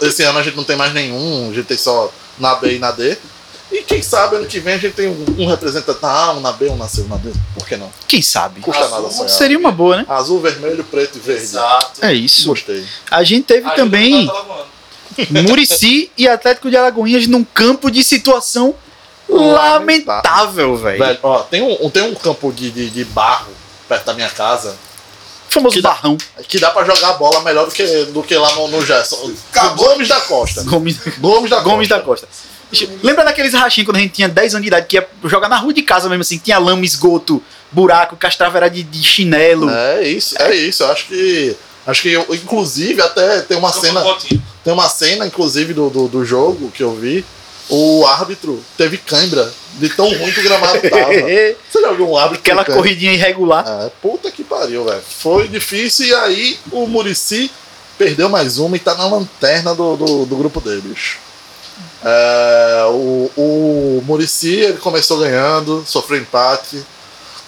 Esse ano a gente não tem mais nenhum, a gente tem só na B e na D. E quem sabe ano que vem a gente tem um, um representante na A, um na B, um na C, um na D. Por que não? Quem sabe? Custa Azul nada sonhar. Seria uma boa, né? Azul, vermelho, preto e verde. Exato. É isso. Gostei. A gente teve Ajuda o tá- também Natal Alagoano. Murici e Atlético de Alagoinhas num campo de situação lamentável, velho. Velho, ó, tem um, tem um campo de- de, de barro perto da minha casa O famoso que dá- barrão. que dá pra jogar bola melhor do que, do que lá no, no Gerson. Acabou. Gomes da Costa. Gomes, Gomes da Gomes Costa. da Costa. Lembra daqueles rachinhos quando a gente tinha 10 anos de idade que ia jogar na rua de casa mesmo assim? Tinha lama, esgoto, buraco, castrava era de, de chinelo. É isso, é isso. Eu acho que. Acho que, eu- inclusive, até tem Então uma cena. Tem uma cena, inclusive, do, do, do jogo que eu vi. O árbitro teve cãibra de tão ruim que o gramado tava. Você já viu um árbitro? Aquela com cãibra? corridinha irregular. É, puta que pariu, velho. Foi difícil e aí o Murici perdeu mais uma e tá na lanterna do, do, do grupo dele, bicho. É, o, o Murici ele começou ganhando, sofreu empate,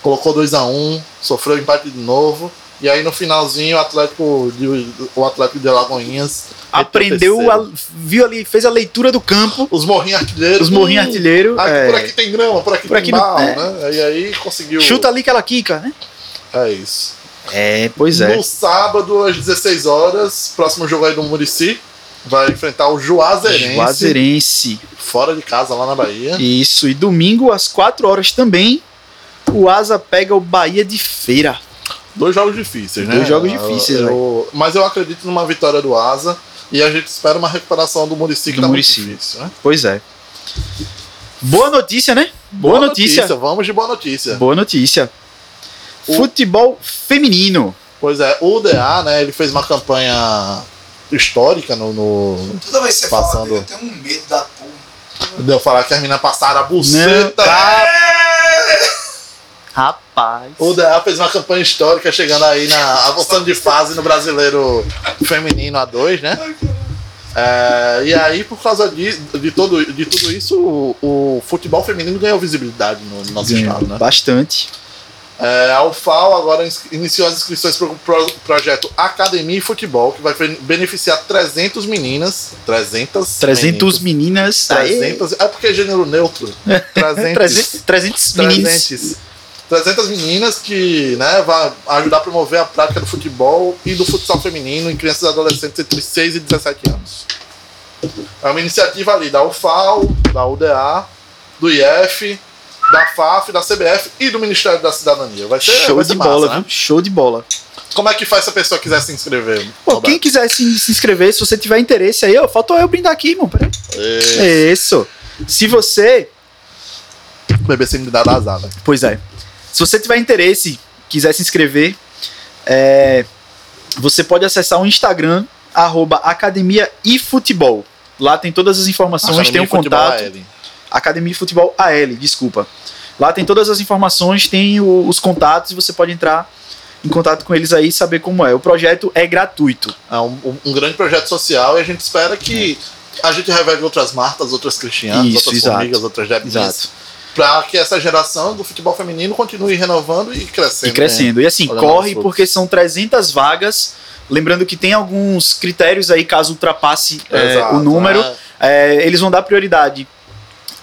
colocou 2 a 1 sofreu empate de novo. E aí no finalzinho o Atlético de, o Atlético de Alagoinhas Aprendeu, meteu a- terceiro. viu ali, fez a leitura do campo, os morrinhos artilheiros. os morrinhos Hum, artilheiro. aqui- é, Por aqui tem grama, por aqui Por tem aqui não- mal, é. né? E aí conseguiu. Chuta ali que ela quica, né? É isso. É, pois é. No sábado, às 16 horas, próximo jogo aí do Murici. Vai enfrentar o Juazeirense, Juazeirense. fora de casa lá na Bahia. Isso, e domingo às 4 horas também, o Asa pega o Bahia de Feira. Dois jogos difíceis, né? Dois jogos Eu- difíceis, eu- Mas eu acredito numa vitória do Asa e a gente espera uma recuperação do Murici, que Do tá Murici. muito difícil, né? Pois é. Boa notícia, né? Boa, notícia. Vamos de boa notícia. Boa notícia. O- Futebol feminino. Pois é, o DA, né, ele fez uma campanha histórica no... no... Toda vez que você fala Passando. dele, eu tenho um medo da porra. Deu falar que as meninas passaram a buceta. Rapaz. O DA fez uma campanha histórica chegando aí na avançando de fase no brasileiro feminino A2, né? É, e aí, por causa de, de, todo, de tudo isso, o, o futebol feminino ganhou visibilidade no, no nosso estado, né? Bastante. É, a UFAL agora ins- iniciou as inscrições para o pro- projeto Academia e Futebol, que vai ben- beneficiar 300 meninas. 300? 300 meninas. meninas. aí. 300, é porque é gênero neutro. 300. 300, 300 meninas. 300. 300 meninas que né, vai ajudar a promover a prática do futebol e do futsal feminino em crianças e adolescentes entre 6 e 17 anos. É uma iniciativa ali da UFAL, da UDA, do IF, da FAF, da CBF e do Ministério da Cidadania. Vai ser, Show vai ser de massa, bola, né? viu? Show de bola. Como é que faz se a pessoa quiser se inscrever? Pô, Roberto? quem quiser se, se inscrever, se você tiver interesse aí, ó, faltou eu brindar aqui, irmão. Peraí. É, Isso. Se você o bebê sem me dar azar, né? Pois é. Se você tiver interesse, quiser se inscrever, é, você pode acessar o Instagram, arroba Academia e Futebol. Lá tem todas as informações, tem um é contato. Academia e Futebol AL, desculpa. Lá tem todas as informações, tem o- os contatos, e você pode entrar em contato com eles aí e saber como é. O projeto é gratuito. É um, um grande projeto social e a gente espera que a gente revele outras martas, outras cristianas, Isso, outras exato. formigas, outras Exato. debinhas, para que essa geração do futebol feminino continue renovando e crescendo. E crescendo. E assim, Olha lá corre os outros. porque são 300 vagas. Lembrando que tem alguns critérios aí, caso ultrapasse né? é, Exato, o número. né? É, eles vão dar prioridade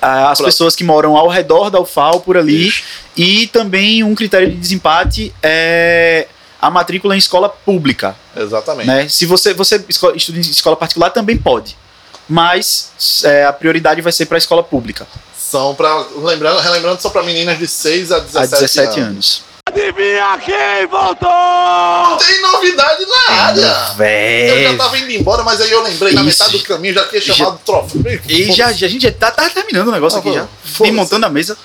ah, às Pra- pessoas que moram ao redor da UFAL por ali. Isso. E também um critério de desempate é a matrícula em escola pública. Exatamente. Né? Se você, você esco- estuda em escola particular, também pode. Mas é, a prioridade vai ser para a escola pública, São para lembrando, relembrando, são para meninas de 6 a 17, a 17 anos. anos. Tem novidade na área. Eu já Véi. tava indo embora, mas aí eu lembrei na Isso. metade do caminho, já tinha chamado o troféu. E já, já- a gente já tá, tá terminando o negócio Ah, aqui já. foda-se. Vem montando a mesa.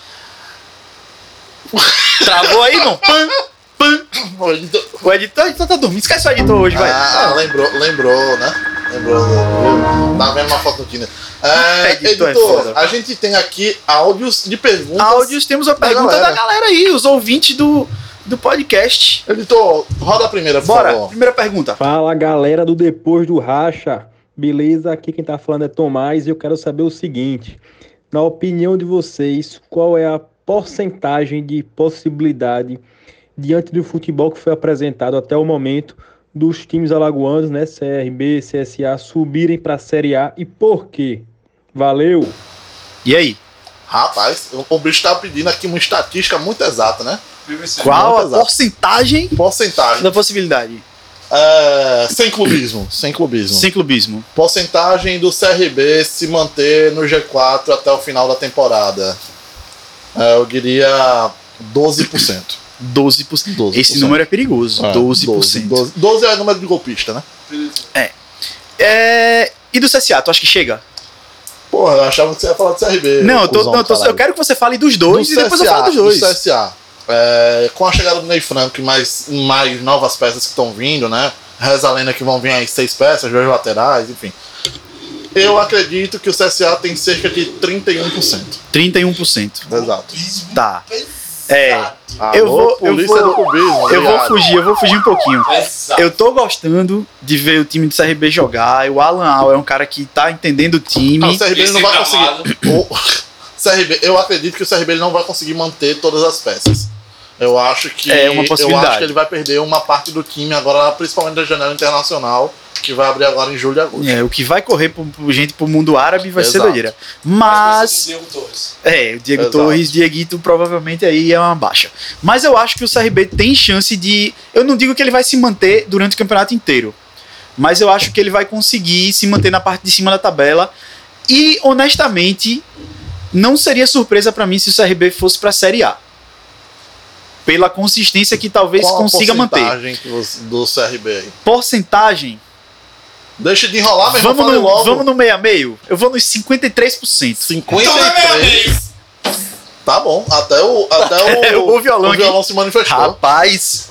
Travou aí, irmão. Pam, pam. então, O editor, o editor tá dormindo. Esquece o editor hoje, vai. É, Ah, lembrou, lembrou, né? Lembrou, lembrou. Tá vendo uma foto aqui, né? É, Editor editor, é foda. a gente tem aqui áudios de perguntas. áudios, temos a pergunta galera. da galera aí, os ouvintes do, do podcast. Editor, roda a primeira, por Bora, favor. primeira pergunta. Fala galera do Depois do Racha, beleza? Aqui quem tá falando é Tomás e eu quero saber o seguinte: na opinião de vocês, qual é a porcentagem de possibilidade diante do futebol que foi apresentado até o momento dos times alagoanos, né? CRB, CSA, subirem pra Série A e por quê? Valeu! E aí? Rapaz, o- o bicho tá pedindo aqui uma estatística muito exata, né? BBC. Qual a Perguntas, ó. porcentagem Porcentagem. da possibilidade? É, sem clubismo. Sem clubismo. Sem clubismo. Porcentagem do CRB se manter no G4 até o final da temporada. É, eu diria 12%. 12%. 12%. Esse número é perigoso. É, 12%. 12, 12 é o número de golpista, né? É, e do CSA, tu acha que chega? Pô, Porra, eu achava que você ia falar do CRB. Não, eu, tô- cuzão, não, eu tô- caralho. eu quero que você fale dos dois e depois eu falo dos dois. CSA. É, com a chegada do Ney Franco e mais, mais novas peças que estão vindo, né? Reza a lenda que vão vir aí seis peças, dois laterais, enfim. Eu acredito que o CSA tem cerca de 31%. 31%. Exato. Tá. Pesado. É. Eu vou- eu polícia vou- do cubismo, Eu vou obrigado. fugir, eu vou fugir um pouquinho. Pesado. Eu tô gostando de ver o time do CRB jogar. O Alan Al é um cara que tá entendendo o Ah, o time. CRB ele não Esse vai gramado. conseguir. O CRB, eu acredito que o CRB ele não vai conseguir manter todas as peças. Eu acho que É uma possibilidade. eu acho que ele vai perder uma parte do time agora, principalmente da janela internacional, que vai abrir agora em julho e agosto. É, o que vai correr por, por gente pro mundo árabe vai ser Exato. doideira. Mas. Diego Torres. É, o Diego Exato. Torres, Dieguito provavelmente aí é uma baixa. Mas eu acho que o CRB tem chance de. Eu não digo que ele vai se manter durante o campeonato inteiro. Mas eu acho que ele vai conseguir se manter na parte de cima da tabela. E, honestamente, não seria surpresa pra mim se o CRB fosse pra Série A. Pela consistência que talvez Qual a consiga manter. porcentagem que você- do CRB aí? Porcentagem. Deixa de enrolar, meu irmão, vamos, fale no, Tá logo. vamos no meio a meio? Eu vou nos 53%. 53. Então é meu vez. Tá bom, até o até o, É, O violão aqui. se manifestou. Rapaz,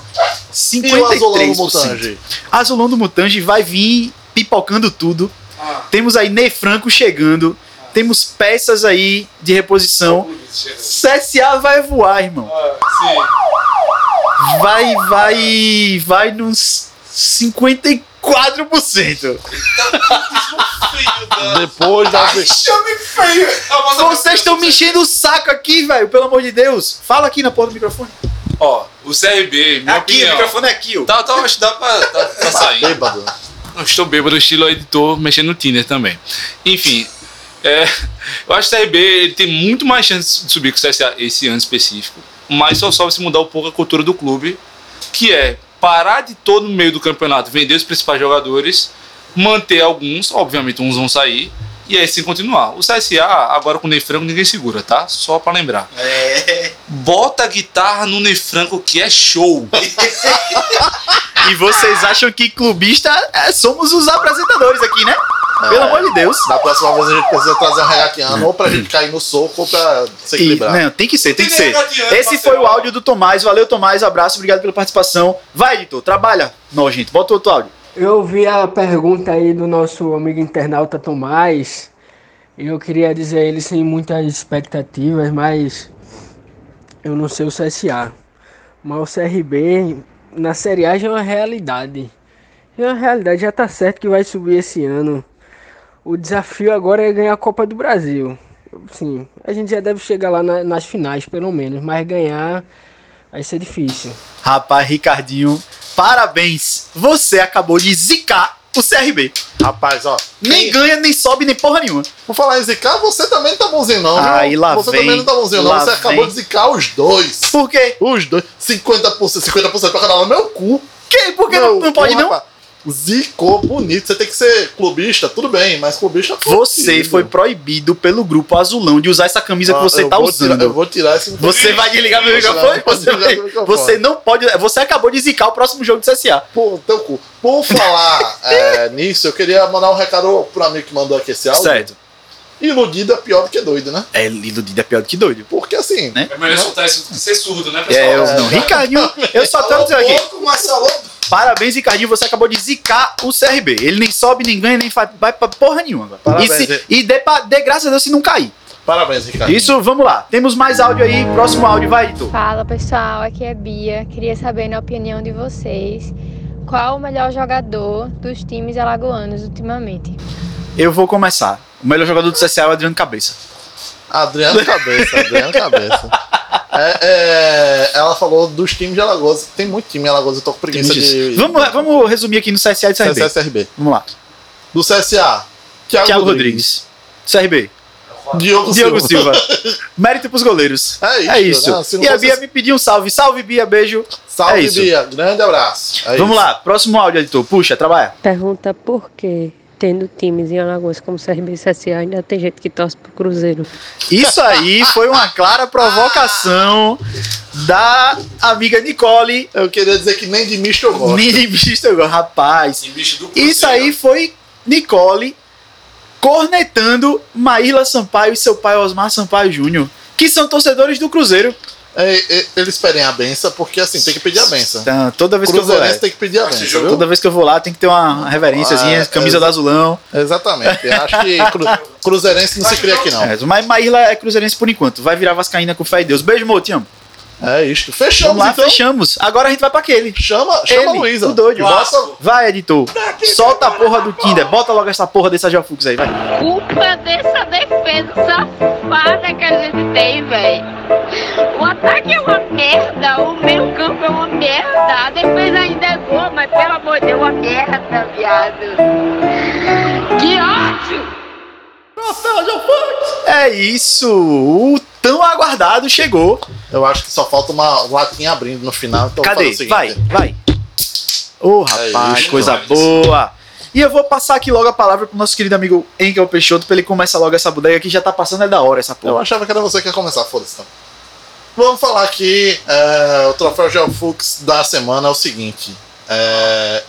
E o Azulão do 53%. Mutange? Azulão do Mutange vai vir pipocando tudo. Ah, Temos aí Ney Franco chegando. Temos peças aí de reposição. bonito, chegou. CSA vai voar, irmão. Ah, sim. Vai, vai, vai nos 54%. Filho da... Depois da Ai, chame feio. Eu vou- Vocês estão me enchendo o saco aqui, velho, pelo amor de Deus. Fala aqui na porra do microfone. Ó, o CRB, minha Aqui, o opinião. microfone é aqui, ó. Tá, tá, acho que dá pra, tá, tá saindo. bêbado. Não estou bêbado, estilo editor, mexendo no Tinder também. Enfim, é, eu acho que o CRB ele tem muito mais chance de subir que o CSA esse ano específico, mas só sobe se mudar um pouco a cultura do clube, que é parar de todo no meio do campeonato, vender os principais jogadores, manter alguns, obviamente uns vão sair, e aí sim continuar. O CSA, agora com o Ney Franco, ninguém segura, tá? Só pra lembrar. Bota a guitarra no Ney Franco, que é show. E vocês acham que clubista é, somos os apresentadores aqui, né? Pelo amor de Deus. Da próxima vez a gente precisa trazer um regaquiano ou pra gente cair no soco ou pra se E, equilibrar. não, tem que ser, tem que Tem ser. negativo, Esse parceiro. foi o áudio do Tomás. Valeu, Tomás. Abraço, obrigado pela participação. Vai, editor, trabalha. Não, gente, bota outro áudio. Eu vi a pergunta aí do nosso amigo internauta Tomás. Eu queria dizer a ele sem muitas expectativas, mas eu não sei o CSA. Mas o CRB na Série A já é uma realidade. Já é uma realidade, já tá certo que vai subir esse ano. O desafio agora é ganhar a Copa do Brasil. Sim, a gente já deve chegar lá na- nas finais, pelo menos, mas ganhar vai ser difícil. Rapaz, Ricardinho, parabéns. Você acabou de zicar o CRB. Rapaz, ó. Nem quem- ganha, nem sobe, nem porra nenhuma. Por falar em zicar, você também não tá bonzinho, não. Ah, viu? e lá você vem, também não tá bonzinho, não. lá Você acabou vem. de zicar os dois. Por quê? Os dois. 50%, 50% pra cada um é meu cu. Que? Por que não, não pode, não? rapaz. Zicou bonito. Você tem que ser clubista, tudo bem, mas clubista. é Você proibido. foi proibido pelo grupo azulão de usar essa camisa que Ah, você eu tá vou tirar- eu usando. vou tirar esse. Você vai desligar meu Vou tirar- microfone? vou Você, desligar vai- meu microfone. você não pode. Você acabou de zicar o próximo jogo do CSA. Pô, teu cu. Por falar é, nisso, eu queria mandar um recado pro amigo que mandou aqui esse áudio. Certo. Iludido é pior do que doido, né? É, iludido é pior do que doido. Porque assim, Né? É melhor soltar isso do que ser surdo, né, pessoal? É, eu, não, Ricardinho, eu Tá só tô um dizendo aqui. pouco, mas é falou Parabéns, Ricardinho, você acabou de zicar o CRB. Ele nem sobe, nem ganha, nem faz, vai pra porra nenhuma. agora. Parabéns, e se, hein? e dê, pra- dê graças a Deus se não cair. parabéns, Ricardo. Isso, vamos lá. Temos mais áudio aí. Próximo áudio, vai, Editor. Fala pessoal, aqui é Bia. Queria saber na opinião de vocês qual o melhor jogador dos times alagoanos ultimamente. Eu vou começar. O melhor jogador do CSA é o Adriano Cabeça. Adriano Cabeça, Adriano Cabeça. É, é, ela falou dos times de Alagoas. Tem muito time em Alagoas, eu tô com preguiça de. Vamos, lá, vamos resumir aqui no CSA e CRB. CSRB. Vamos lá. Do CSA. Thiago, Thiago Rodrigues. Rodrigues. CRB. Diogo, Diogo Silva. Silva. Mérito pros goleiros. É isso, É isso. né? Se não E a fosse Bia esse- me pediu um salve. Salve, Bia. Beijo. Salve, É isso. Bia. Grande abraço. É Vamos isso. lá. Próximo áudio, editor. Puxa, trabalha. Pergunta por que, tendo times em Alagoas como CRB e CSA, ainda tem gente que torce pro Cruzeiro. Isso aí foi uma clara provocação da amiga Nicole. Eu queria dizer que nem de misto eu gosto. Assim, Ninja Rapaz, Em bicho do isso aí foi Nicole cornetando Maíla Sampaio e seu pai Osmar Sampaio Júnior, que são torcedores do Cruzeiro. É, é, eles pedem a benção porque assim tem que pedir a benção. Então, toda vez que eu vou lá, Cruzeirense tem que pedir a benção, é viu? toda vez que eu vou lá tem que ter uma reverênciazinha, Ah, camisa é, do azulão. Exatamente. Eu acho que cru- Cruzeirense não se cria aqui, não. É, mas Maíla é cruzeirense por enquanto. Vai virar vascaína com fé em Deus. Beijo, Mô, te amo. É isso. Vamos Fechamos lá, então. fechamos. Agora a gente vai pra aquele. Chama, chama a Ele, Luísa. O doido. Bota- Vai, editor. Solta a porra do Tinder. Bota logo essa porra desse Agiofux aí, vai. culpa dessa defesa safada que a gente tem, velho. O ataque é uma merda, o meio campo é uma merda, a defesa ainda é boa, mas pelo amor de Deus, é uma merda, viado. Que ódio! É isso. O tão aguardado chegou. Eu acho que só falta uma latinha abrindo no final. Então Cadê? vou fazer o Vai, seguinte. vai. Ô, rapaz, isso, coisa rapaz. boa. E eu vou passar aqui logo a palavra pro nosso querido amigo Enkel Peixoto, pra ele começar logo essa bodega que já tá passando é da hora essa Eu porra. achava que era você que ia começar, foda-se. então. Vamos falar aqui. é, o troféu Geofux da semana é o seguinte. é,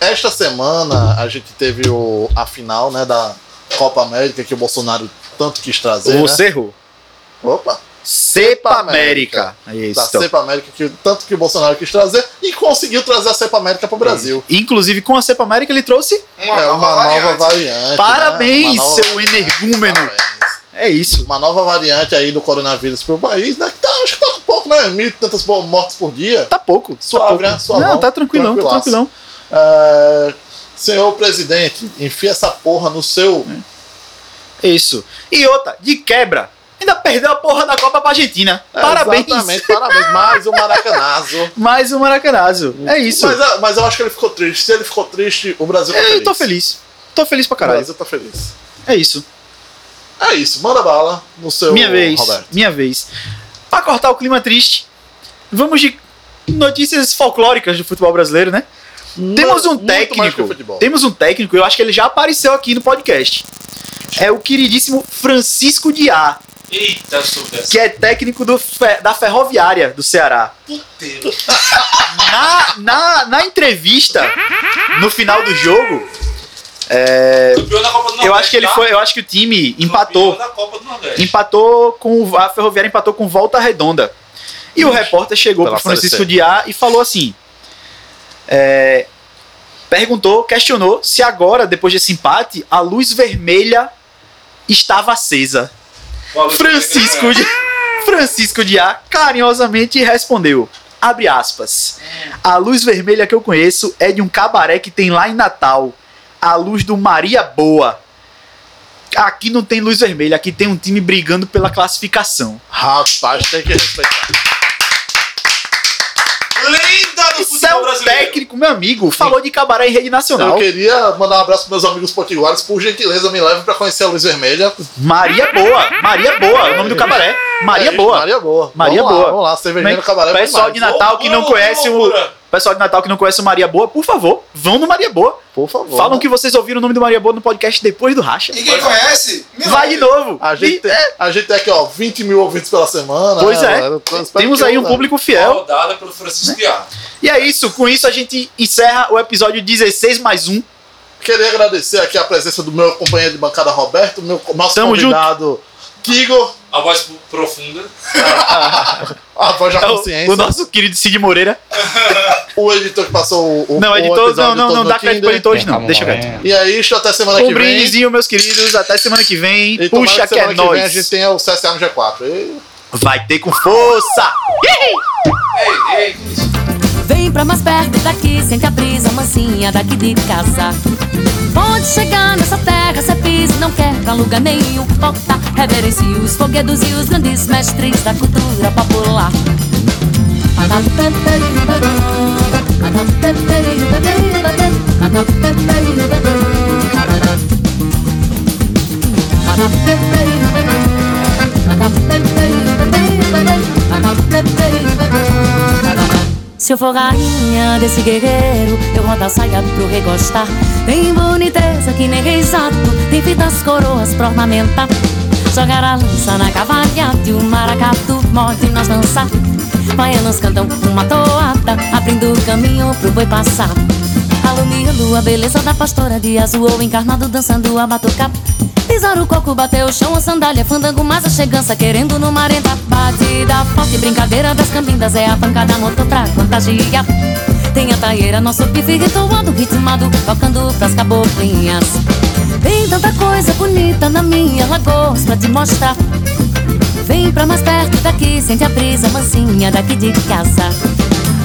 esta semana a gente teve o- a final né, da Copa América que o Bolsonaro tanto quis trazer. O né? Cerro. Opa! Cepa América. É isso. da Cepa América, que tanto que o Bolsonaro quis trazer, e conseguiu trazer a Cepa América pro Brasil. Inclusive, com a Cepa América, ele trouxe. é uma nova variante. né? Parabéns, Uma nova- seu energúmeno. Parabéns. É isso. Uma nova variante aí do coronavírus pro país, né? Que tá, acho que tá com pouco, né? Mil e tantas bo- mortes por dia. Tá pouco. Suave, tá pouco. né? Suavão, Não, tá tranquilão, tá tranquilaço. tranquilão. É, senhor presidente, enfia essa porra no seu. É Isso. E outra, de quebra, ainda perdeu a porra da Copa pra Argentina. É, Parabéns. É, Exatamente, parabéns. Mais um maracanazo. Mais um maracanazo. É isso. É, Mas, é- mas eu acho que ele ficou triste. Se ele ficou triste, o Brasil tá feliz. Eu tô feliz. Tô feliz pra O caralho. Brasil tá feliz. É isso. É isso, manda bala no seu. minha vez. Então, Roberto. Minha vez. Pra cortar o clima triste, vamos de notícias folclóricas do futebol brasileiro, né? Temos um Muito mais que o técnico. futebol. Temos um técnico, eu acho que ele já apareceu aqui no podcast. É o queridíssimo Francisco de A, Eita, soubesse. que é técnico do Fe- da Ferroviária do Ceará. Puteiro. na, na, na entrevista, no final do jogo, é, Campeão da Copa do Nordeste. eu acho que ele tá? foi. Eu acho que o time Campeão empatou. da Copa do Nordeste. Empatou com. o- A Ferroviária empatou com volta redonda. E o repórter chegou Pela pro Francisco Série C. de A e falou assim. é, perguntou, questionou se agora, depois desse empate, a luz vermelha estava acesa. Boa noite, Francisco de, Francisco de A carinhosamente respondeu. Abre aspas. A luz vermelha que eu conheço é de um cabaré que tem lá em Natal. A luz do Maria Boa. Aqui não tem luz vermelha, aqui tem um time brigando pela classificação. Rapaz, tem que respeitar. Lenda do Isso é futebol um brasileiro. técnico, meu amigo. Falou de cabaré em rede Eu nacional. queria mandar um abraço pros meus amigos potiguares. Por gentileza, me levem pra conhecer a Luz Vermelha. Maria Boa. Maria Boa, é o nome do cabaré. Maria É, Boa. Maria Boa. Maria vamos Boa. Lá, vamos lá, cervejinha no cabaré. é Pessoal demais. de Natal que não Loucura, conhece o. loucura. Pessoal de Natal que não conhece o Maria Boa, por favor, vão no Maria Boa. Por favor. Falam que vocês ouviram o nome do Maria Boa no podcast depois do Racha. Ninguém conhece? Me Vai de novo. A gente, tem, E- a gente tem aqui, ó, 20 mil ouvintes pela semana. É. Pois né, é. galera? Então, espero Temos que aí um eu- público fiel. Saudada pelo Francisco Guiar. E é isso. Com isso, a gente encerra o episódio 16 mais um. Queria agradecer aqui a presença do meu companheiro de bancada, Roberto, meu, nosso Tamo convidado, Kigo, A voz profunda. a voz da É o- consciência, o nosso querido Cid Moreira. o, editor que passou o. Não, o editor, Um episódio não, não, todo não no dá crédito Tinder. pro editor hoje, não. Deixa quieto. E é isso, até semana Um que vem. brindezinho, meus queridos. Até semana que vem. E tomara Puxa que, semana é que vem a gente nóis. tenha o CSA no G4. E- Vai ter com força. Ei, ei, que isso? Vem pra mais perto daqui, sente a brisa mansinha daqui de casa. Pode chegar nessa terra, cê pisa, e não quer pra lugar nenhum. Volta, reverencia os foguedos e os grandes mestres da cultura popular. Se eu for rainha desse guerreiro, eu rodo a saia pro rei gostar. Tem boniteza que nem exato, tem fitas coroas pra ornamentar. Jogar a lança na cavalhada e o maracatu morde nós dançar. Baianos cantam uma toada, abrindo o caminho pro boi passar. A cavalo, mirlo, a beleza da pastora de azul ou encarnado dançando a batucá. Pisar o coco, bater o chão, a sandália, fandango, mas a chegança querendo no marenta. Batida forte, brincadeira das cambindas, é a pancada motor pra contagiar. Tem a taieira, nosso pife rituado, ritmado, tocando pras caboclinhas. Tem tanta coisa bonita na minha lagosta pra te mostrar. Vem pra mais perto daqui, sente a brisa mansinha daqui de casa.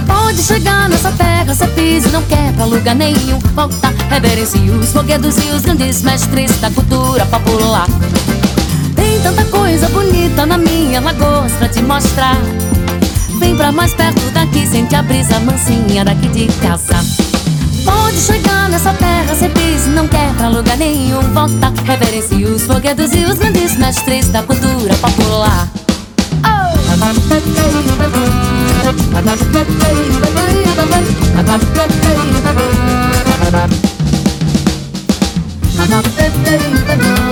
Pode chegar nessa terra, cê pisa e não quer pra lugar nenhum. Volta, reverencia os foguedos e os grandes mestres da cultura popular. Tem tanta coisa bonita na minha lagosta pra te mostrar. Vem pra mais perto daqui, sente a brisa mansinha daqui de casa. Pode chegar nessa terra, cê pisa e não quer pra lugar nenhum. Volta, reverencia os foguedos e os grandes mestres da cultura popular. Oh!